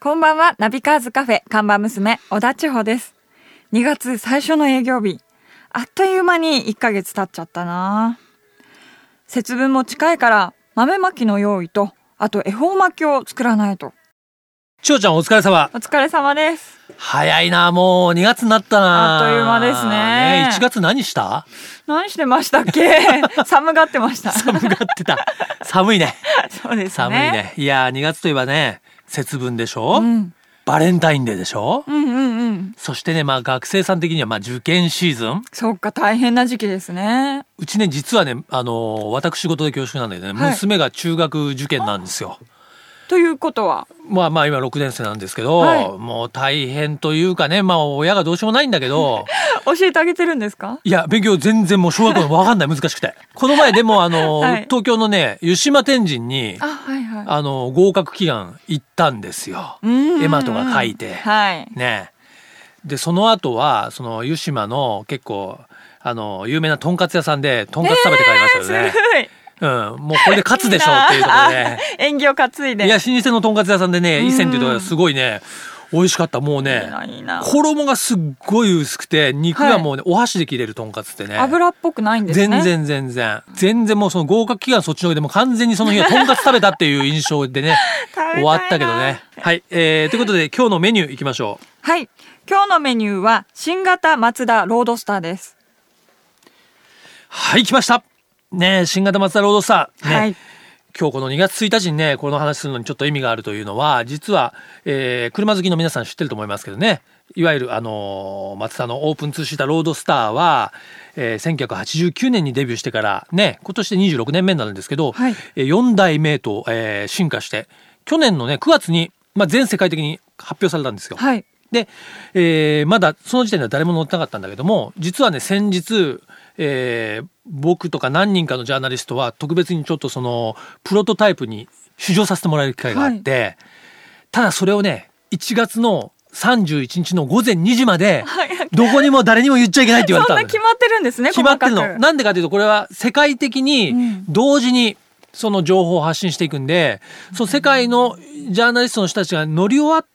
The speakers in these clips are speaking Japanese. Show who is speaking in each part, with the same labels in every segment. Speaker 1: こんばんは、ナビカーズカフェ看板娘、小田千穂です。2月最初の営業日。あっという間に1ヶ月経っちゃったな節分も近いから豆まきの用意と、あと恵方巻きを作らないと。
Speaker 2: 千穂ちゃんお疲れ様。
Speaker 1: お疲れ様です。
Speaker 2: 早いな、もう2月になったな。
Speaker 1: あっという間ですね。ね
Speaker 2: 1月何 した
Speaker 1: 何してましたっ け寒がってました。
Speaker 2: 寒がってた。寒いね。
Speaker 1: そうですね。
Speaker 2: 寒いね。いや、2月といえばね、節分でしょ、うん、バレンタインデーでし
Speaker 1: ょ、うんうんうん、
Speaker 2: そしてね、まあ、学生さん的にはまあ受験シーズン
Speaker 1: そっか大変な時期ですね
Speaker 2: うちね実はね、あの私事で恐縮なんだけどね、はい、娘が中学受験なんですよ。
Speaker 1: ということは
Speaker 2: まあまあ今6年生なんですけど、はい、もう大変というかねまあ親がどうしようもないんだけど
Speaker 1: 教えてあげてるんですか
Speaker 2: いや勉強全然もう小学校の分かんない難しくてこの前でもあの、 はい、東京のね湯島天神に
Speaker 1: あ、はいはい、
Speaker 2: あの合格祈願行ったんですよエマとか書いて、
Speaker 1: はい、
Speaker 2: ねでその後はその湯島の結構あの有名なとんかつ屋さんでとんかつ食べて帰りましたよね、
Speaker 1: えー
Speaker 2: うん、もうこれで勝つでしょうって いうところ で、ね、
Speaker 1: 演技を担いで
Speaker 2: いや老舗のとんかつ屋さんでね伊勢っていうところすごいね美味しかったもうね衣がすっごい薄くて肉がもうね、はい、お箸で切れるとんかつってね
Speaker 1: 油っぽくないんですね
Speaker 2: 全然全然全然もうその合格祈願そっちの上でも完全にその日はとんかつ食べたっていう印象でね終わったけどねはい、えー、ということで今日のメニューいきましょう
Speaker 1: はい今日のメニューは新型マツダロードスターです
Speaker 2: はい来ましたね新型松田ロードスター、ね、
Speaker 1: はい、
Speaker 2: 今日この2月1日にねこの話するのにちょっと意味があるというのは実は、えー、車好きの皆さん知ってると思いますけどねいわゆる、あのー、松田のオープン通したロードスターは、えー、1989年にデビューしてからね今年で26年目になるんですけど、
Speaker 1: はい、
Speaker 2: えー、4代目と、えー、進化して去年のね9月に、まあ、全世界的に発表されたんですよ。
Speaker 1: はい
Speaker 2: で、えー、まだその時点では誰も乗ってなかったんだけども実はね先日、えー、僕とか何人かのジャーナリストは特別にちょっとそのプロトタイプに試乗させてもらえる機会があって、はい、ただそれをね1月の31日の午前2時までどこにも誰にも言っちゃいけないって言われた
Speaker 1: そんな決まってるんですね
Speaker 2: 決まってるの。なんでかというとこれは世界的に同時に、その情報を発信していくんで、うん、その世界のジャーナリストの人たちが乗り終わっ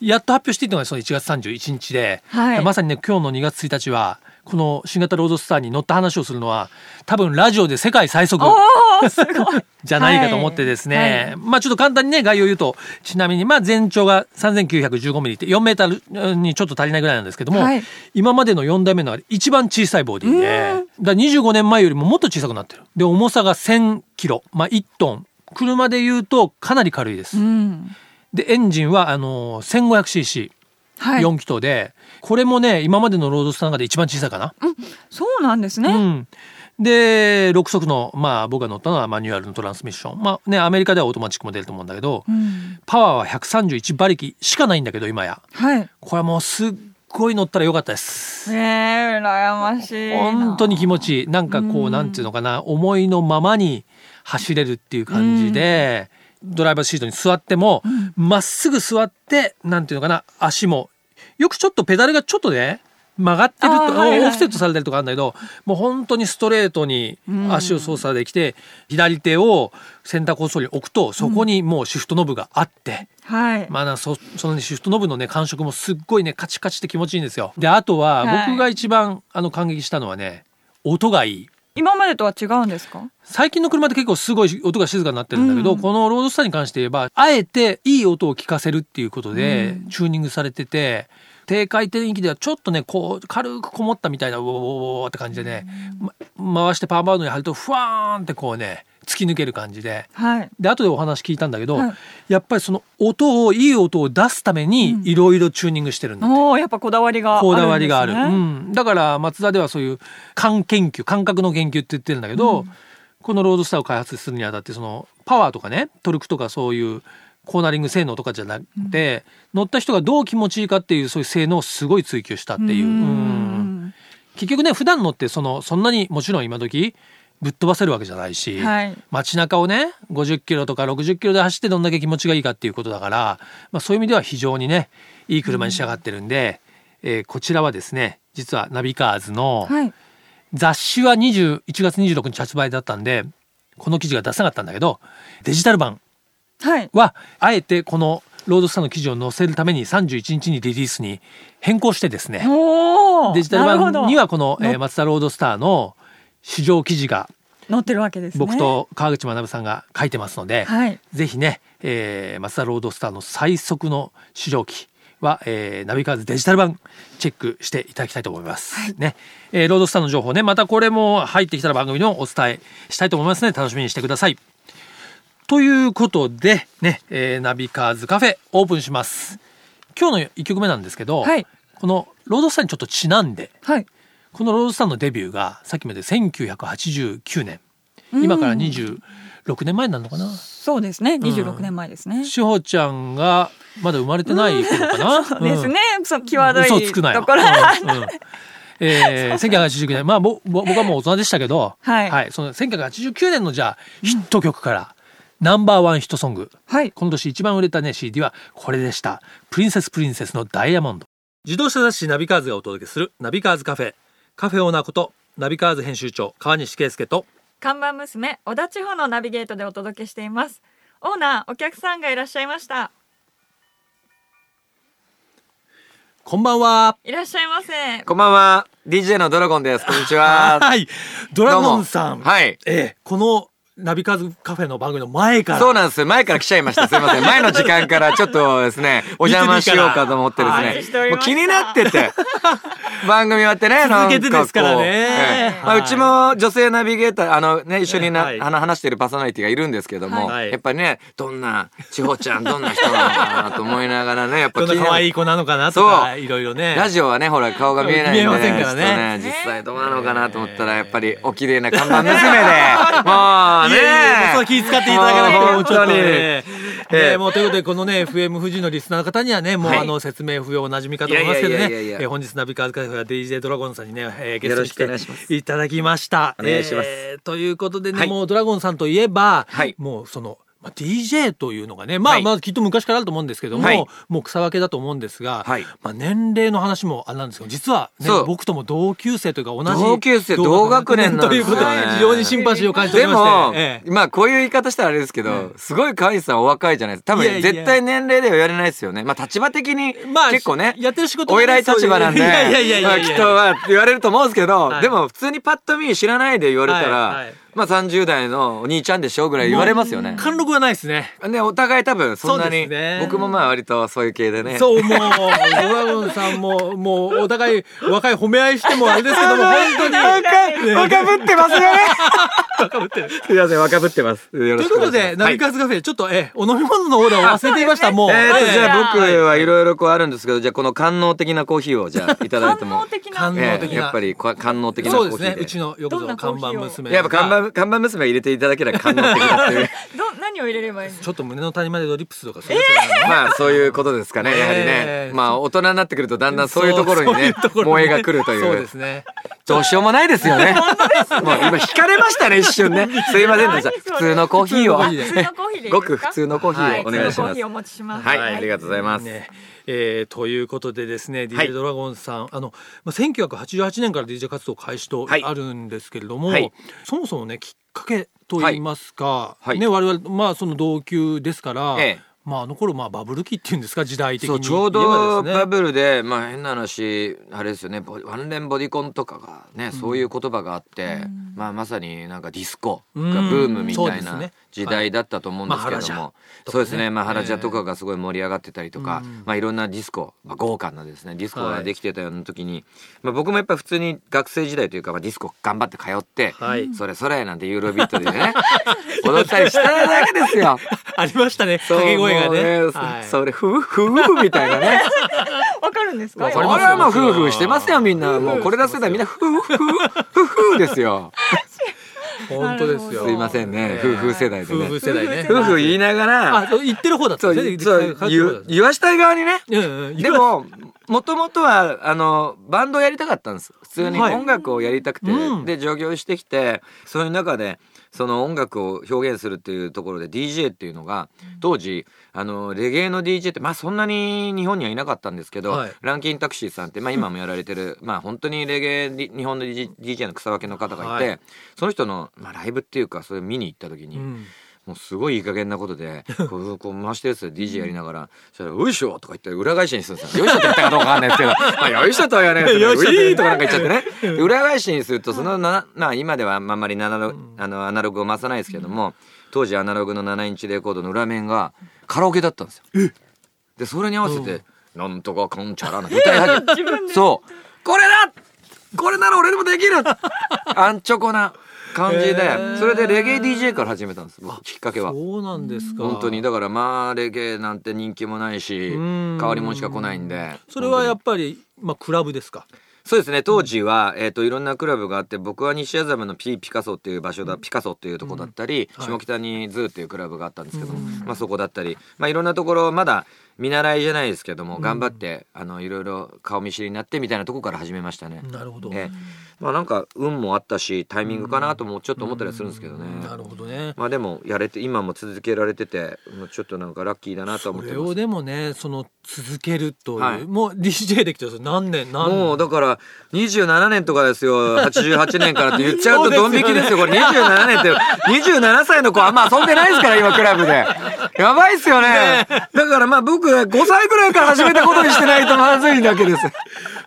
Speaker 2: やっと発表していったのがその1月31日で、
Speaker 1: はい、
Speaker 2: まさにね今日の2月1日はこの新型ロードスターに乗った話をするのは多分ラジオで世界最速 じゃないかと思ってですね、はいはい、まあちょっと簡単にね概要を言うとちなみにまあ全長が3915ミリって4メーターにちょっと足りないぐらいなんですけども、今までの4代目の中で一番小さいボディでだ25年前よりももっと小さくなってる。で重さが1000キロ、まあ、1トン車で言うとかなり軽いで す。
Speaker 1: うん
Speaker 2: でエンジンはあの 1500cc4、
Speaker 1: はい、
Speaker 2: 気筒でこれもね今までのロードスターの中で一番小さいかな、、
Speaker 1: うん、そうなんですね、うん
Speaker 2: で6速の、まあ、僕が乗ったのはマニュアルのトランスミッションまあねアメリカではオートマチックも出ると思うんだけど、
Speaker 1: うん、
Speaker 2: パワーは131馬力しかないんだけど今や、
Speaker 1: はい、
Speaker 2: これはもうすっごい乗ったら良かったです
Speaker 1: ねえ羨ましい
Speaker 2: 本当に気持ちいいなんかこう、うん、なんていうのかな思いのままに走れるっていう感じで、ドライバーシートに座ってもま、っすぐ座ってなんていうのかな足もよくちょっとペダルがちょっとね曲がってると、はいはい、オフセットされてるとかあるんだけどもう本当にストレートに足を操作できて、うん、左手をセンターコンソールに置くとそこにもうシフトノブがあって、
Speaker 1: はい、
Speaker 2: まあそその、ね、シフトノブのね感触もすっごいねカチカチって気持ちいいんですよ。であとは僕が一番、あの感激したのはね音がいい。
Speaker 1: 今までとは違うんですか
Speaker 2: 最近の車って結構すごい音が静かになってるんだけど、うん、このロードスターに関して言えばあえていい音を聞かせるっていうことで、チューニングされてて、うん、低回転域ではちょっとねこう軽くこもったみたいなウォーウォーって感じでね、うん、ま、回してパーバードに貼るとふわーんってこうね突き抜ける感じで,、
Speaker 1: はい、
Speaker 2: で後でお話聞いたんだけど、
Speaker 1: はい、
Speaker 2: やっぱりその音をいい音を出すためにいろいろチューニングしてるんだって、
Speaker 1: うん、やっぱこだわりがある、ね、
Speaker 2: こだわりがある、うん、だから松田ではそういう感研究感覚の研究って言ってるんだけど、うん、このロードスターを開発するにあたってそのパワーとかねトルクとかそういうコーナリング性能とかじゃなくて、乗った人がどう気持ちいいかっていうそういう性能をすごい追求したっていう。うん結局ね普段乗ってそのそんなにもちろん今時ぶっ飛ばせるわけじゃないし、
Speaker 1: はい、
Speaker 2: 街中をね50キロとか60キロで走ってどんだけ気持ちがいいかっていうことだから、まあ、そういう意味では非常にねいい車に仕上がってるんで、うん、えー、こちらはですね実はナビカーズの雑誌は21月26日発売だったんでこの記事が出せなかったんだけどデジタル版は、
Speaker 1: はい、
Speaker 2: あえてこのロードスターの記事を載せるために31日にリリースに変更してですね
Speaker 1: おー
Speaker 2: デジタル
Speaker 1: なるほど
Speaker 2: 版にはこの、えー
Speaker 1: の
Speaker 2: マツダロードスターの市場記事が
Speaker 1: 載ってるわけですね
Speaker 2: 僕と川口学さんが書いてますので、
Speaker 1: はい
Speaker 2: ぜひね、えー、マツダロードスターの最速の試乗機は、えーナビカーズデジタル版チェックしていただきたいと思います、ね、えーロードスターの情報ねまたこれも入ってきたら番組でもお伝えしたいと思いますので楽しみにしてくださいということでね、えーナビカーズカフェオープンします今日の1曲目なんですけど、
Speaker 1: はい
Speaker 2: このロードスターにちょっとちなんで
Speaker 1: はい
Speaker 2: このロードスターのデビューがさっきまで1989年今から26年前になるのかな
Speaker 1: そうですね26年前ですね、
Speaker 2: 志保ちゃんがまだ生まれてない頃か な。
Speaker 1: そうですね、そう
Speaker 2: う
Speaker 1: 際
Speaker 2: ん。
Speaker 1: どい
Speaker 2: 嘘つくなよ。
Speaker 1: ところ、
Speaker 2: うんうんえー、1989年まあぼぼ僕はもう大人でしたけど、
Speaker 1: はい
Speaker 2: その1989年のじゃあヒット曲から、ナンバーワンヒットソング
Speaker 1: はい
Speaker 2: この年一番売れたね CD はこれでした「プリンセスプリンセスのダイヤモンド」自動車雑誌ナビカーズがお届けする「ナビカーズカフェ」カフェオーナーことナビカーズ編集長川西圭介と
Speaker 1: 看板娘小田地方のナビゲートでお届けしていますオーナーお客さんがいらっしゃいました
Speaker 2: こんばんはい
Speaker 1: らっしゃいませ
Speaker 3: こんばんは。DJ のドラゴンです。こんにちは。
Speaker 2: はい ドラゴンさ
Speaker 3: どうんもはい。
Speaker 2: ええ、このナビカーズカフェの番組の前から。
Speaker 3: そうなんです。前から来ちゃい ました。すいません。前の時間からちょっとですね、お邪魔しようかと思って
Speaker 1: お待
Speaker 3: で
Speaker 1: ちし
Speaker 3: す
Speaker 1: てお
Speaker 3: ね。
Speaker 1: り
Speaker 3: も
Speaker 1: ま
Speaker 3: う
Speaker 1: した
Speaker 3: 気になって て。番組終わってね、
Speaker 2: 続けてですからね
Speaker 3: なんかこうええまあ、うちも女性ナビゲーター、あのね、一緒にな、
Speaker 2: はい
Speaker 3: あの話してるパーソナリティがいるんですけども、
Speaker 2: はい
Speaker 3: やっぱりね、どんな、千穂ちゃん、どんな人なのかなと思いながらね、やっぱ
Speaker 2: こんな可愛
Speaker 3: い。
Speaker 2: い子なのかなとか、
Speaker 3: そう
Speaker 2: いろいろね。
Speaker 3: ラジオはね、ほら、顔が見えないん
Speaker 2: 見
Speaker 3: で、
Speaker 2: えませんからね
Speaker 3: ちょっと実際どうなのかなと思ったら、やっぱり、お綺麗な看板 娘で、もう
Speaker 2: いやいやいや
Speaker 3: ね。
Speaker 2: それは気遣っていただかな
Speaker 3: も
Speaker 2: きゃ
Speaker 3: う
Speaker 2: もう
Speaker 3: 本
Speaker 2: ちょ
Speaker 3: 当
Speaker 2: っと
Speaker 3: に。
Speaker 2: ね。
Speaker 3: え
Speaker 2: え
Speaker 3: え
Speaker 2: もうということでこのね FM 富士のリスナーの方にはねもう
Speaker 3: はい
Speaker 2: あの説明不要おなじみかと思いますけど
Speaker 3: い
Speaker 2: ね
Speaker 3: やいやいやいやいや
Speaker 2: えー本日ナビカーズカフェは DJ ドラゴンさんにね、えーゲス
Speaker 3: よ
Speaker 2: ト
Speaker 3: ろ
Speaker 2: に
Speaker 3: しくお願いしま
Speaker 2: 来ていただきました。
Speaker 3: お願いします
Speaker 2: えーということでね、
Speaker 3: はい
Speaker 2: もうドラゴンさんといえば、
Speaker 3: はい
Speaker 2: もうそのまあ DJ というのがねまあ
Speaker 3: はい
Speaker 2: まあきっと昔からあると思うんですけども、
Speaker 3: はい
Speaker 2: もう草分けだと思うんですが、
Speaker 3: はい
Speaker 2: まあ年齢の話もあれなんですけど実は、ね
Speaker 3: そ、う
Speaker 2: 僕とも同級生というか同じ
Speaker 3: 同級生同学年なんですよね
Speaker 2: ということで非常にシンパシーを感じてお
Speaker 3: で
Speaker 2: りまして
Speaker 3: も、
Speaker 2: ええ
Speaker 3: まあこういう言い方したらあれですけど、すごい河西さんお若いじゃないですか。多
Speaker 2: いやい
Speaker 3: 分
Speaker 2: や
Speaker 3: 絶対年齢では言われないですよね。まあ立場的に
Speaker 2: まあ
Speaker 3: 結構ね、
Speaker 2: やってる仕事も
Speaker 3: お
Speaker 2: ね
Speaker 3: 偉い立場なんで、
Speaker 2: そういういやいやいやいや
Speaker 3: まあきっとは言われると思うんですけど
Speaker 2: はい、
Speaker 3: でも普通にパッと見知らないで言われた
Speaker 2: はいは
Speaker 3: ら
Speaker 2: い、
Speaker 3: まあ30代のお兄ちゃんでしょぐらい言われますよね。
Speaker 2: 貫禄はないですね。
Speaker 3: でお互い多分そんな
Speaker 2: そう
Speaker 3: に
Speaker 2: ですね
Speaker 3: 僕もまあ割とそういう系でね
Speaker 2: そうもうドラゴンさんももうお互い若い褒め合いしてもあれですけ ども本当に。
Speaker 3: 若ぶってますよねすいません若ぶってますよ
Speaker 2: と
Speaker 3: ろ
Speaker 2: いう
Speaker 3: しく
Speaker 2: こ
Speaker 3: お願
Speaker 2: と
Speaker 3: いします
Speaker 2: でナビカー
Speaker 3: はい
Speaker 2: ズカフェちょっとえお飲み物のオーダーを忘れていましたもう。
Speaker 3: えーとじゃあ僕
Speaker 2: ええ
Speaker 3: はいろいろこうあるんですけどじゃあこの官能的なコーヒーを じゃあいただいて
Speaker 1: 官
Speaker 3: も
Speaker 1: 能的
Speaker 2: 官
Speaker 1: な
Speaker 2: 能
Speaker 3: え
Speaker 2: 的
Speaker 3: え
Speaker 2: な
Speaker 3: やっぱりこ官能的なコ
Speaker 2: そ
Speaker 3: ー
Speaker 2: う
Speaker 3: ヒ
Speaker 2: で
Speaker 3: ー
Speaker 2: す
Speaker 3: で
Speaker 2: ねうちのよくぞ看板娘。
Speaker 3: やっぱ看板看板娘入れていただければ官能的だっ ていう
Speaker 1: ど何を入れればいいんです
Speaker 2: ちょ
Speaker 1: か
Speaker 2: っと胸の谷までドリップスとかそういうやつだな
Speaker 3: まあそういうことですかねやはり
Speaker 2: え
Speaker 3: ね
Speaker 2: え
Speaker 3: まあ大人になってくるとだんだんそういうところに
Speaker 2: そういう
Speaker 3: ね
Speaker 2: ところ
Speaker 3: 萌えが来るとい
Speaker 2: そう
Speaker 3: う
Speaker 2: ですね。
Speaker 3: どうしようもないですよ ね。もう今惹かれましたね、一瞬ね。すいませんでした。普通のコーヒーを。
Speaker 2: 普
Speaker 1: 普通のコーヒーでいいですか
Speaker 3: ごく普通のコーヒ
Speaker 1: は
Speaker 3: ーをお願い
Speaker 1: 普
Speaker 3: し
Speaker 1: 通のコー
Speaker 3: ま
Speaker 1: ヒ
Speaker 3: す。
Speaker 1: ーお持ちします
Speaker 3: はい、ありがとうございます。
Speaker 2: ねえーということでですね
Speaker 3: はい
Speaker 2: DJ ドラゴンさん、あのまあ1988年から DJ 活動開始と
Speaker 3: はい
Speaker 2: あるんですけれども、
Speaker 3: はい
Speaker 2: そもそもねきっかけと言いますか、
Speaker 3: はいはい
Speaker 2: ね我々まあその同級ですから、
Speaker 3: ええ
Speaker 2: まああの頃まあバブル期っていうんですか時代的
Speaker 3: そ
Speaker 2: に
Speaker 3: うちょうど
Speaker 2: 言えばですね
Speaker 3: バブルで、まあ変な話あれですよねボワンレンボディコンとかがね、そういう言葉があって、まあ、まさになんかディスコがブームみたい
Speaker 2: うんそうですね
Speaker 3: な時代だったと思うんですけども、
Speaker 2: まあ原
Speaker 3: そうですね、まあ、
Speaker 2: ええ
Speaker 3: 原ジャとかがすごい盛り上がってたりとか、まあ、いろんなディスコ、まあ、豪華なですねディスコができてたような時に、まあ、僕もやっぱ普通に学生時代というか、まあ、ディスコ頑張って通って、
Speaker 2: はい
Speaker 3: それそれなんてユーロビート でね踊ったりしただけですよ。
Speaker 2: ありましたね
Speaker 3: そう
Speaker 2: 掛け声がね
Speaker 3: もう
Speaker 2: はい
Speaker 3: それふうふうみたいなね。
Speaker 1: わかるんですか
Speaker 2: わ
Speaker 3: こ
Speaker 2: か
Speaker 3: れ
Speaker 2: ります
Speaker 3: はもう夫婦してますよみんなもうこれ出せたらみんな夫婦夫婦ですよ
Speaker 2: 本当ですよ
Speaker 3: すいませんね
Speaker 2: ええ
Speaker 3: 夫婦世代で
Speaker 2: 夫婦
Speaker 3: ね
Speaker 2: 世代ね
Speaker 1: 夫
Speaker 3: 夫婦言いなが
Speaker 2: あ
Speaker 3: ら
Speaker 2: そう言ってる方だった
Speaker 3: そ
Speaker 2: ん
Speaker 3: う
Speaker 2: ですね
Speaker 3: そう
Speaker 2: 言
Speaker 3: 言う言わしたい側にね
Speaker 2: うんうん
Speaker 3: でももともとはあのバンドやりたかったんです普通に
Speaker 2: はい
Speaker 3: 音楽をやりたくて、
Speaker 2: うん
Speaker 3: で上京してきてそういう中でその音楽を表現するっていうところで DJ っていうのが当時あのレゲエの DJ ってまあそんなに日本にはいなかったんですけど、
Speaker 2: はい
Speaker 3: ランキンタクシーさんって、まあ、今もやられてる、まあ本当にレゲエリ日本の DJ の草分けの方がいて、
Speaker 2: はい
Speaker 3: その人の、まあ、ライブっていうかそれ見に行った時に、
Speaker 2: うん
Speaker 3: もうすごいいい加減なことで こうこう回してるやつで DJ やりながら「そしたらよいしょ」とか言って裏返しにするんですよ。よいしょって言ったかどうかわかんないですけど 「まあ、よいしょ」とは言わないですけど 「
Speaker 2: よ
Speaker 3: ウ
Speaker 2: いしょって
Speaker 3: ィー」とかなんか言っちゃってね。で 裏返しにするとそのな、まあ、今ではあんまりアナログあのアナログを回さないですけども当時アナログの7インチレコードの裏面がカラオケだったんですよ。でそれに合わせて「なんとかかんちゃら」なんて歌い 始めそうこれだこれなら俺でもできるアンチョコな感じ
Speaker 2: へ
Speaker 3: で
Speaker 2: ー
Speaker 3: それでレゲエ DJ から始めたんです僕きっかけは。
Speaker 2: そうなんですか
Speaker 3: 本当にだからまあレゲエなんて人気もないし
Speaker 2: うん
Speaker 3: 変わり者しか来ないんで
Speaker 2: それはや
Speaker 3: 本当に
Speaker 2: っぱりまあクラブですか
Speaker 3: そうですね当時は、えー、といろんなクラブがあって僕は西麻布のピピカソっていう場所だ、ピカソっていうとこだったり、
Speaker 2: はい
Speaker 3: 下北にズーっていうクラブがあったんですけども、
Speaker 2: うん
Speaker 3: まあ、そこだったり、まあ、いろんなところまだ見習いじゃないですけども頑張って、あのいろいろ顔見知りになってみたいなとこから始めましたね。
Speaker 2: なるほど、
Speaker 3: ええまあ、なんか運もあったしタイミングかなともちょっと思ったりはするんですけどね。
Speaker 2: うんなるほどね
Speaker 3: まあでもやれて今も続けられててもうちょっとなんかラッキーだなとは思
Speaker 2: こ
Speaker 3: って
Speaker 2: れ
Speaker 3: ま
Speaker 2: を
Speaker 3: す。
Speaker 2: でもねその続けるという、
Speaker 3: はい
Speaker 2: もう DJ できてるんですよ何年何年
Speaker 3: もうだから27年とかですよ88年からって言っちゃうとドン引きですよこれ27年って27歳の子あんま遊んでないですから今クラブでやばいっすよねだからまあ僕5歳ぐらいから始めたことにしてないとまずいだけです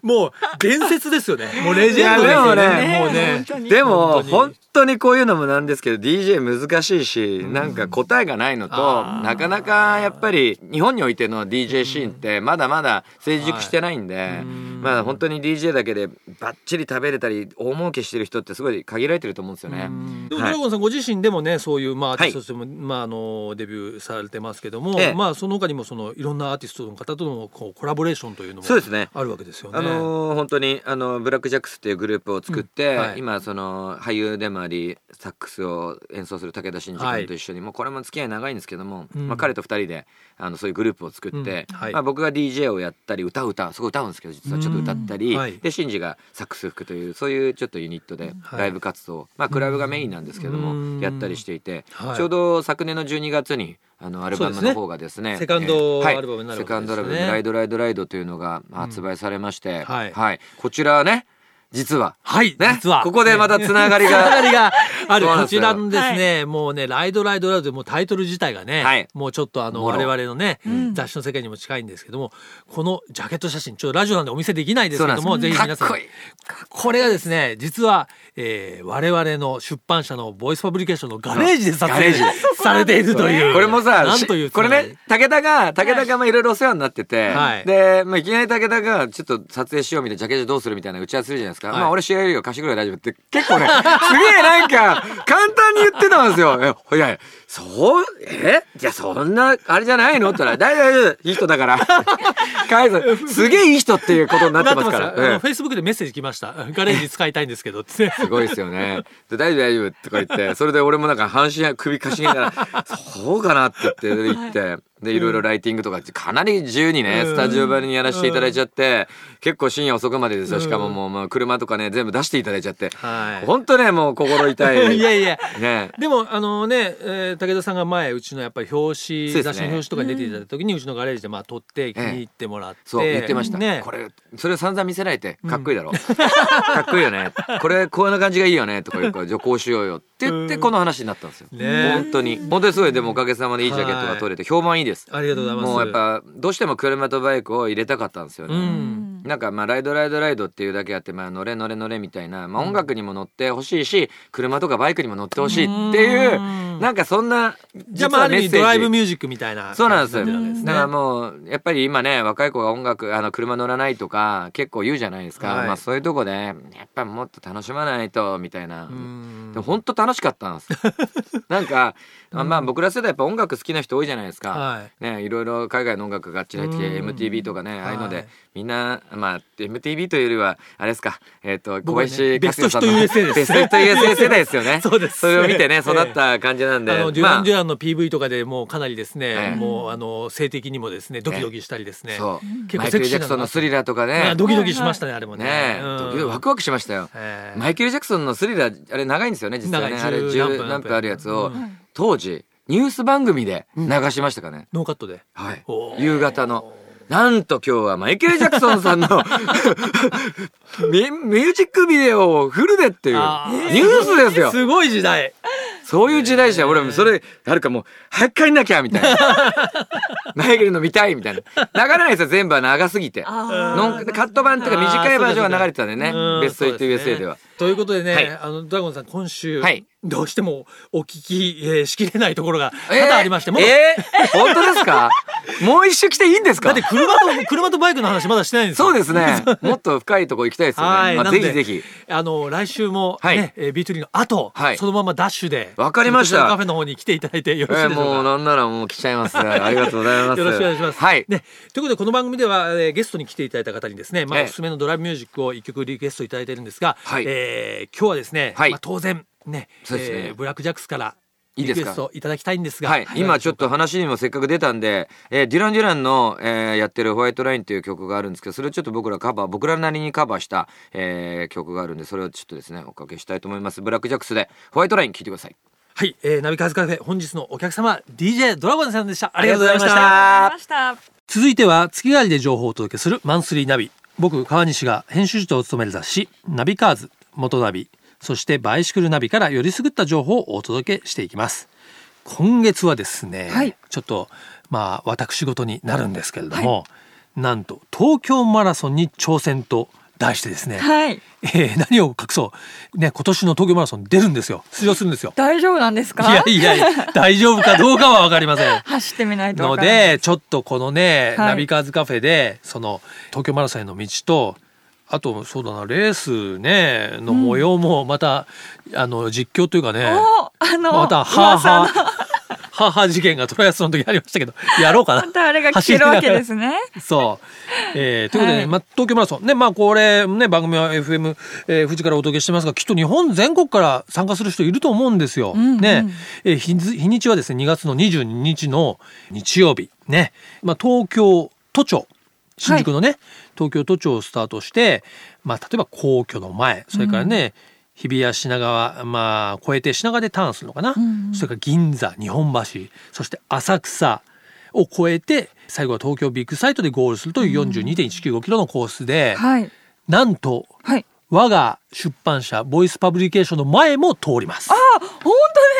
Speaker 2: もう伝説ですよ ね。もうレジェンド
Speaker 3: い
Speaker 2: です
Speaker 3: や
Speaker 2: よね。
Speaker 3: で
Speaker 2: も
Speaker 1: もね本。当に
Speaker 2: うね本
Speaker 3: でも
Speaker 2: 当に
Speaker 3: 本当にこういうのもなんですけど DJ 難しいしなんか答えがないのと
Speaker 2: あー
Speaker 3: なかなかやっぱり日本においての DJ シーンってまだまだ成熟してないんで
Speaker 2: うん
Speaker 3: まあ本当に DJ だけでバッチリ食べれたり大儲けしてる人ってすごい限られてると思うんですよね。
Speaker 2: でもドラゴンさんご自身でもねそういうまあアーティ
Speaker 3: はい
Speaker 2: ストとしても、まああのデビューされてますけども、
Speaker 3: ええ
Speaker 2: まあその他にもそのいろんなアーティストの方とのこうコラボレーションというのも
Speaker 3: そうですね
Speaker 2: あるわけですよね。
Speaker 3: あのー本当にあのブラック・ジャックスっていうグループを作って、
Speaker 2: うんはい
Speaker 3: 今その俳優でもありサックスを演奏する武田真治君と一緒に、もうこれも付き合い長いんですけども、
Speaker 2: うん
Speaker 3: まあ、彼と2人であのそういうグループを作って、
Speaker 2: うんはい
Speaker 3: まあ、僕が DJ をやったり歌う歌すごい歌うんですけど実はちょっと歌ったり、
Speaker 2: うんはい
Speaker 3: で真治がサックス吹くというそういうちょっとユニットで
Speaker 2: はい
Speaker 3: ライブ活動、まあ、クラブがメインなんですけども、
Speaker 2: うん
Speaker 3: やったりしていて、
Speaker 2: はい
Speaker 3: ちょうど昨年の12月にあのアルバムの方がですね
Speaker 2: セカンド
Speaker 3: えーはい
Speaker 2: アルバムになるわけですね
Speaker 3: セカンドアルバム「ライドライドライド」というのがまあ発売されまして、
Speaker 2: はい
Speaker 3: こちらはね実は
Speaker 2: はい、
Speaker 3: ね
Speaker 2: 実は
Speaker 3: ここでまたつながり
Speaker 2: つなが
Speaker 3: が
Speaker 2: りがある
Speaker 3: そう
Speaker 2: こ
Speaker 3: なんです
Speaker 2: ち
Speaker 3: よ
Speaker 2: らのですね、もうね「ライドライドライド」もうタイトル自体がね、
Speaker 3: はい
Speaker 2: もうちょっとあの
Speaker 3: も
Speaker 2: 我
Speaker 3: ろ
Speaker 2: 々のね、
Speaker 1: うん
Speaker 2: 雑誌の世界にも近いんですけどもこのジャケット写真ちょっとラジオなんでお見せできないですけど
Speaker 3: そうな
Speaker 2: も
Speaker 3: んで
Speaker 2: ぜ
Speaker 3: す
Speaker 2: ひ皆さん
Speaker 3: かっこいい
Speaker 2: これがですね実は、えー、我々の出版社のボイスパブリケーションのガレージで撮
Speaker 3: ガレ
Speaker 2: 影
Speaker 3: ージです
Speaker 2: されているという
Speaker 3: これもさ
Speaker 2: なんという
Speaker 3: しこれね武田が武田がまあいろいろお世話になってて、
Speaker 2: はい
Speaker 3: で、まあ、いきなり武田がちょっと撮影しようみたいなジャケットどうするみたいな打ち合わせするじゃないですか、
Speaker 2: はい
Speaker 3: まあ俺知られるよ貸してくれ大丈夫って結構ね すげえなんか簡単に言ってたんですよえいやいやそうえじゃあそんなあれじゃないのって言ったら大丈夫大丈夫いい人だから 返すすげえいい人っていうことになってますから。
Speaker 2: フ
Speaker 3: ええ
Speaker 2: ェイスブックでメッセージ来ましたガレージ使いたいんですけど って
Speaker 3: すごいですよね。で大丈夫大丈夫とか言って、それで俺もなんか半身首かしげながら、そうかなって言って、言って、で、いろいろライティングとか、かなり自由にね、
Speaker 2: うん
Speaker 3: スタジオ場にやらせていただいちゃって、結構深夜遅くまでですよ。しかももう、まあ、車とかね、全部出していただいちゃって、
Speaker 2: はい
Speaker 3: ほんとね、もう心痛い。
Speaker 2: いやいや
Speaker 3: ね。
Speaker 2: でもあのね、えー武田さんが前うちのやっぱり表紙、
Speaker 3: そうですね
Speaker 2: 雑誌の表紙とかに出ていただいた時に、うちのガレージでまあ撮って気に入ってもらって、
Speaker 3: そう、言ってました。
Speaker 2: ね
Speaker 3: これ、それを散々見せられて、かっこいいだろ。 かっこいいよね。これ、こんな感じがいいよね。とか言うから、じゃあこうしようよ。って言って、
Speaker 2: うん
Speaker 3: この話になったんですよ。
Speaker 2: ね
Speaker 3: 本当に。本当にすごい、でもおかげさまでいいジャケットが取れて、評判いいです。
Speaker 2: ありがとうございます
Speaker 3: もうやっぱ、どうしても車とバイクを入れたかったんですよね。
Speaker 2: うん
Speaker 3: なんかまあライドライドライドっていうだけあってまあ乗れ乗れ乗れみたいな、まあ、音楽にも乗ってほしいし車とかバイクにも乗ってほしいってい
Speaker 2: う
Speaker 3: う
Speaker 2: ん
Speaker 3: なんかそんな
Speaker 2: じゃあ
Speaker 3: 実
Speaker 2: まああ
Speaker 3: はメ
Speaker 2: る
Speaker 3: ッ
Speaker 2: 意味
Speaker 3: セージ
Speaker 2: ドライブミュージックみたいな
Speaker 3: そうなんです
Speaker 2: 感じにってるわけ
Speaker 3: だからもうやっぱり今ね若い子が音楽あの車乗らないとか結構言うじゃないですか、
Speaker 2: はい
Speaker 3: まあ、そういうとこでやっぱもっと楽しまないとみたい
Speaker 2: う
Speaker 3: な。
Speaker 2: ん
Speaker 3: でも本当楽しかったん ですなんか、まあまあ僕ら世代やっぱ音楽好きな人多いじゃないですか、
Speaker 2: はい
Speaker 3: ね、いろいろ海外の音楽がっちり入ってきて
Speaker 2: うん
Speaker 3: MTV とかねああいうので、
Speaker 2: はい
Speaker 3: みんなまあ MTV というよりはあれですか、えっと小
Speaker 2: 僕はね
Speaker 3: 林克也さんの
Speaker 2: ベストヒット USA です
Speaker 3: ベストヒット USA 世代ですよね
Speaker 2: そうです
Speaker 3: それを見てね育った感じなんで、
Speaker 2: あのデュ
Speaker 3: ま
Speaker 2: ラ
Speaker 3: あ
Speaker 2: ン・デュランの PV とかでもうかなりですね、
Speaker 3: ええ
Speaker 2: もうあの性的にもですねドキドキしたりですね
Speaker 3: そう
Speaker 2: 結
Speaker 3: マ
Speaker 2: 構
Speaker 3: イケ
Speaker 2: セク
Speaker 3: ル・ジ
Speaker 2: シ
Speaker 3: ャ
Speaker 2: ー
Speaker 3: ク
Speaker 2: なの
Speaker 3: ソン
Speaker 2: が
Speaker 3: のスリラーとか
Speaker 2: ま
Speaker 3: ね
Speaker 2: あドキドキしましたねあれもね
Speaker 3: ねえ、
Speaker 2: うん
Speaker 3: ドキドキワクワクしましたよ、
Speaker 2: ええ
Speaker 3: マイケル・ジャクソンのスリラーあれ長いんですよね実はね
Speaker 2: 長い
Speaker 3: あれ
Speaker 2: 10
Speaker 3: 10何分あるやつを、
Speaker 2: うん
Speaker 3: 当時ニュース番組で流しましたかね、
Speaker 2: ノーカットで
Speaker 3: はい
Speaker 2: おー
Speaker 3: 夕方のなんと今日はマイケル・ジャクソンさんの ミミュージックビデオをフルでっていうニ
Speaker 2: あー
Speaker 3: ュースですよ
Speaker 2: すごい時代
Speaker 3: そういう時代じゃん俺もそれあるかもう早く帰んなきゃみた いな前切るの見たいみたいな流れないですよ全部は長すぎて
Speaker 1: あー
Speaker 3: ノンカット版っていうか
Speaker 2: あー
Speaker 3: 短いバージョンが流れてたんで
Speaker 2: う
Speaker 3: ね
Speaker 2: ん
Speaker 3: 「ベスト
Speaker 2: そうですね
Speaker 3: 8USA」では。
Speaker 2: ということでね、
Speaker 3: はい
Speaker 2: あのドラゴンさん今週、
Speaker 3: はい
Speaker 2: どうしてもお聞き、えーしきれないところが多
Speaker 3: え
Speaker 2: 々ありまして、
Speaker 3: ー
Speaker 2: まだ
Speaker 3: えー本当で すかもう一周来ていいんです
Speaker 2: だ
Speaker 3: か
Speaker 2: って車と 車とバイクの話まだしてないんですよ
Speaker 3: そうですねもっと深いとこ行きたいですよ
Speaker 2: はい、
Speaker 3: ねま
Speaker 2: な
Speaker 3: あ
Speaker 2: ので
Speaker 3: ぜひぜひ
Speaker 2: あの来週も
Speaker 3: はい
Speaker 2: ね、えー、B2 の後、
Speaker 3: はい
Speaker 2: そのままダッシュで
Speaker 3: わかりました
Speaker 2: カフェの方に来ていただいてよ
Speaker 3: え
Speaker 2: ろしい
Speaker 3: ー
Speaker 2: でしょうか、
Speaker 3: もうなんならもう来ちゃい ますありがとうございます
Speaker 2: よろしくお願いします。
Speaker 3: はい
Speaker 2: ね、ということでこの番組では、えーゲストに来ていただいた方にですね、まあ、
Speaker 3: ええ
Speaker 2: おすすめのドライブミュージックを一曲リクエストいただいてるんですが、
Speaker 3: はい
Speaker 2: えー今日はですね、
Speaker 3: はい
Speaker 2: まあ、当然ね
Speaker 3: そうですね
Speaker 2: えーブラックジャックスから
Speaker 3: いい
Speaker 2: リク
Speaker 3: で
Speaker 2: エ
Speaker 3: すか
Speaker 2: ストいただきたいんですが
Speaker 3: はい、今ちょっと話にもせっかく出たんで、えーディラン・ディランの、えーやってる「ホワイトライン」っていう曲があるんですけどそれをちょっと僕らカバー僕らなりにカバーした、えー曲があるんでそれをちょっとですねおかけしたいと思いますブラック・ジャックスで「ホワイトライン」聴いてください
Speaker 2: はい、えーナビカーズカフェ本日のお客様 DJ ドラゴンさんでしたあ
Speaker 3: あ
Speaker 2: りがとうございました
Speaker 1: ありました
Speaker 2: 続いては月替わりで情報をお届けするマンスリーナビ僕川西が編集長を務める雑誌「ナビカーズ」元ナビそして「バイシクルナビ」からよりすぐった情報をお届けしていきます今月はですね、
Speaker 1: はい
Speaker 2: ちょっとまあ私事になるんですけれども、なんと東京マラソンに挑戦と題してですね、
Speaker 1: はい
Speaker 2: えー何を隠そう、ね、今年の東京マラソン出るんですよ出場するんですよ
Speaker 1: 大丈夫なんです
Speaker 2: い
Speaker 1: か
Speaker 2: やいやいや大丈夫かどうかは分かりません
Speaker 1: 走ってみないと
Speaker 2: の
Speaker 1: わからない
Speaker 2: でちょっとこのね、
Speaker 1: はい
Speaker 2: ナビカーズカフェでその東京マラソンへの道とあとそうだなレースねの模様もまた、あの実況というかね
Speaker 1: おあの
Speaker 2: またはあ
Speaker 1: 噂
Speaker 2: は
Speaker 1: の
Speaker 2: あはあはあ事件がトライアスロンの時ありましたけどやろうかな
Speaker 1: ま。たあれが聞けるわけですね
Speaker 2: そう、えーということでね、
Speaker 1: はい
Speaker 2: まあ、東京マラソンねまあこれね番組は FM えー富士からお届けしてますがきっと日本全国から参加する人いると思うんですよ。
Speaker 1: うんうん
Speaker 2: ね、えー日付日にちはですね2月の22日の日曜日ね、まあ、東京都庁新宿のね、東京都庁をスタートして、まあ、例えば皇居の前それからね、日比谷品川まあ越えて品川でターンするのかな、
Speaker 1: うんうん
Speaker 2: それから銀座日本橋そして浅草を越えて最後は東京ビッグサイトでゴールするという4 2 1 9 5キロのコースで、
Speaker 1: はい
Speaker 2: なんと
Speaker 1: はい
Speaker 2: 我が出版社ボイスパブリケーションの前も通ります。
Speaker 1: あ本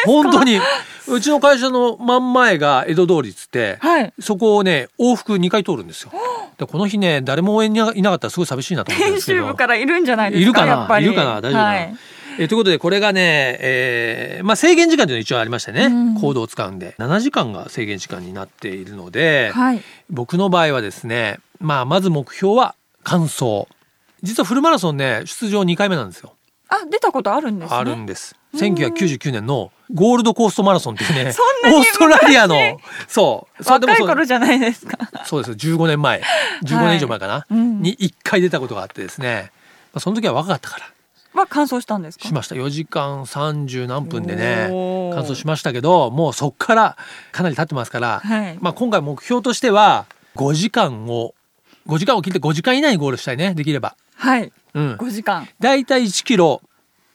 Speaker 2: 本当にうちの会社の真ん前が江戸通りっつって、
Speaker 1: 当はい
Speaker 2: そこをね往復2回通るんですよ。でこの日ね誰も応援にいなかったらすごい寂しいなと思ったん
Speaker 1: 編
Speaker 2: ですけ
Speaker 1: 集部
Speaker 2: ど
Speaker 1: か。らいるんじゃないで
Speaker 2: い
Speaker 1: す
Speaker 2: る
Speaker 1: か
Speaker 2: か
Speaker 1: やっぱ
Speaker 2: な
Speaker 1: り
Speaker 2: いるかな大丈夫かな、
Speaker 1: はい
Speaker 2: えーということでこれがね、えーまあ、制限時間というのは一応ありましてね、
Speaker 1: うん
Speaker 2: コードを使うんで7時間が制限時間になっているので、
Speaker 1: はい
Speaker 2: 僕の場合はですね、まあ、まず目標は完走実はフルマラソンね出場2回目なんですよ
Speaker 1: あ出たことあるんですね
Speaker 2: あるんです
Speaker 1: うん
Speaker 2: 1999年のゴールドコーストマラソンっていう ね
Speaker 1: そんなに
Speaker 2: オー
Speaker 1: 昔
Speaker 2: ストラリアのそうそれでも
Speaker 1: 若い
Speaker 2: そう
Speaker 1: 頃じゃないですか
Speaker 2: そうですよ15年前15年以上前かな、
Speaker 1: うん
Speaker 2: に1回出たことがあってですね、まあ、その時は若かったから
Speaker 1: は完走したんですか
Speaker 2: しました4時間30何分でね
Speaker 1: おー
Speaker 2: 完走しましたけどもうそっからかなり経ってますから、
Speaker 1: はい
Speaker 2: まあ、今回目標としては5時間を5時間を切って5時間以内にゴールしたいねできれば。
Speaker 1: はい
Speaker 2: うん、
Speaker 1: 5時間
Speaker 2: だいたい1キロ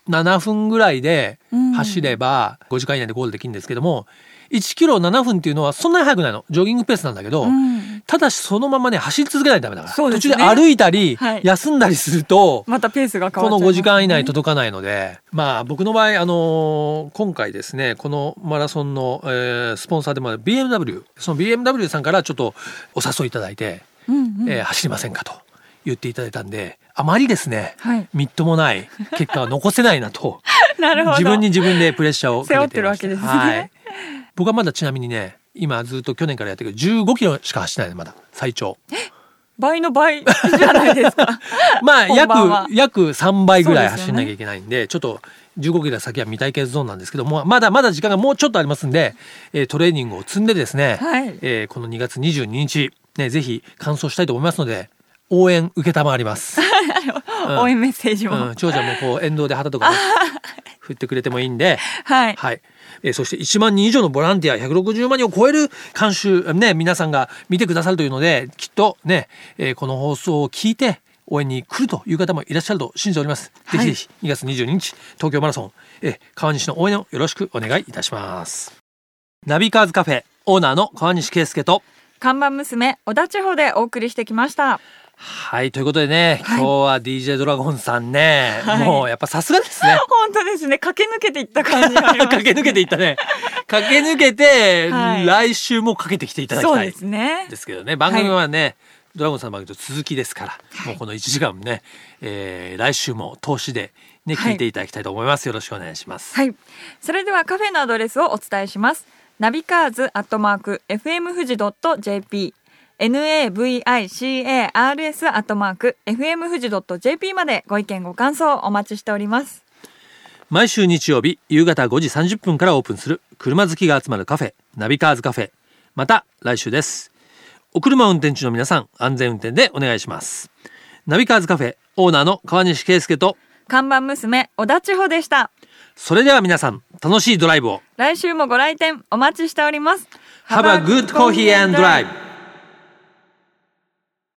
Speaker 2: 7分ぐらいで
Speaker 1: うん
Speaker 2: 走れば5時間以内でゴールできるんですけども1キロ7分っていうのはそんなに速くないのジョギングペースなんだけど、
Speaker 1: うん
Speaker 2: ただしそのままね走り続けないとダメだから、
Speaker 1: そうで
Speaker 2: 途
Speaker 1: す
Speaker 2: 中
Speaker 1: ね
Speaker 2: で歩いたり、
Speaker 1: はい
Speaker 2: 休んだりすると
Speaker 1: またペースが変わ
Speaker 2: こ
Speaker 1: っちゃ
Speaker 2: の
Speaker 1: います
Speaker 2: 5時間以内に届かないので、まあ僕の場合、あのー今回ですね、このマラソンの、えースポンサーでもある BMW、その BMW さんからちょっとお誘いいただいて、
Speaker 1: うんうん
Speaker 2: えー走りませんかと言っていただいたんで、あまりですね、
Speaker 1: はい
Speaker 2: みっともない結果は残せないなと、
Speaker 1: なるほど
Speaker 2: 自分に自分でプレッシャーをかけていました
Speaker 1: 背負ってるわけですね
Speaker 2: はい。僕はまだちなみにね、今ずっと去年からやってるけど、15キロしか走ってないのまだ、最長。
Speaker 1: 倍の倍じゃないですか
Speaker 2: まあ
Speaker 1: 本番は
Speaker 2: 約約3倍ぐらい
Speaker 1: そうです
Speaker 2: 走
Speaker 1: よ
Speaker 2: ん
Speaker 1: ね
Speaker 2: なきゃいけないんでちょっと15キロ先は未体験ゾーンなんですけどもまだまだ時間がもうちょっとありますんで、えートレーニングを積んでですね、
Speaker 1: はい
Speaker 2: えーこの2月22日、ね、ぜひ完走したいと思いますので応援承 ります、うん
Speaker 1: 応援メッセージ
Speaker 2: う
Speaker 1: も、
Speaker 2: ん、長者もこう沿道で旗 とかね、振ってくれてもいいんで。
Speaker 1: はい
Speaker 2: はいえーそして1万人以上のボランティア160万人を超える監修、ね、皆さんが見てくださるというのできっと、ねえーこの放送を聞いて応援に来るという方もいらっしゃると信じております。ぜひぜひ2月22日東京マラソン、えー川西の応援をよろしくお願いいたします。ナビカーズカフェオーナーの川西圭介と
Speaker 1: 看板娘小田地方でお送りしてきました
Speaker 2: はいということでね、
Speaker 1: はい
Speaker 2: 今日は DJ ドラゴンさんね、
Speaker 1: はい
Speaker 2: もうやっぱさすがですね
Speaker 1: 本当ですね駆け抜けていった感じがあります
Speaker 2: 駆け抜けていったね駆け抜けて、
Speaker 1: はい
Speaker 2: 来週もかけてきていただき
Speaker 1: そう
Speaker 2: たい
Speaker 1: ですね
Speaker 2: ですけどね番組はね、ドラゴンさんの番組と続きですから、もうこの1時間ね、えー来週も投資で、ね、
Speaker 1: はい
Speaker 2: 聞いていただきたいと思います、よろしくお願いします。
Speaker 1: はい。それではカフェのアドレスをお伝えします。ナビカーズアットマーク fm 富士ドット jp navicars アットマーク fm 富士ドット jp までご意見ご感想お待ちしております。
Speaker 2: 毎週日曜日夕方5時30分からオープンする車好きが集まるカフェナビカーズカフェまた来週ですお車運転中の皆さん安全運転でお願いしますナビカーズカフェオーナーの川西圭介と
Speaker 1: 看板娘小田千穂でした。
Speaker 2: それでは皆さん楽しいドライブを
Speaker 1: 来週もご来店お待ちしております。
Speaker 2: Have a good coffee and drive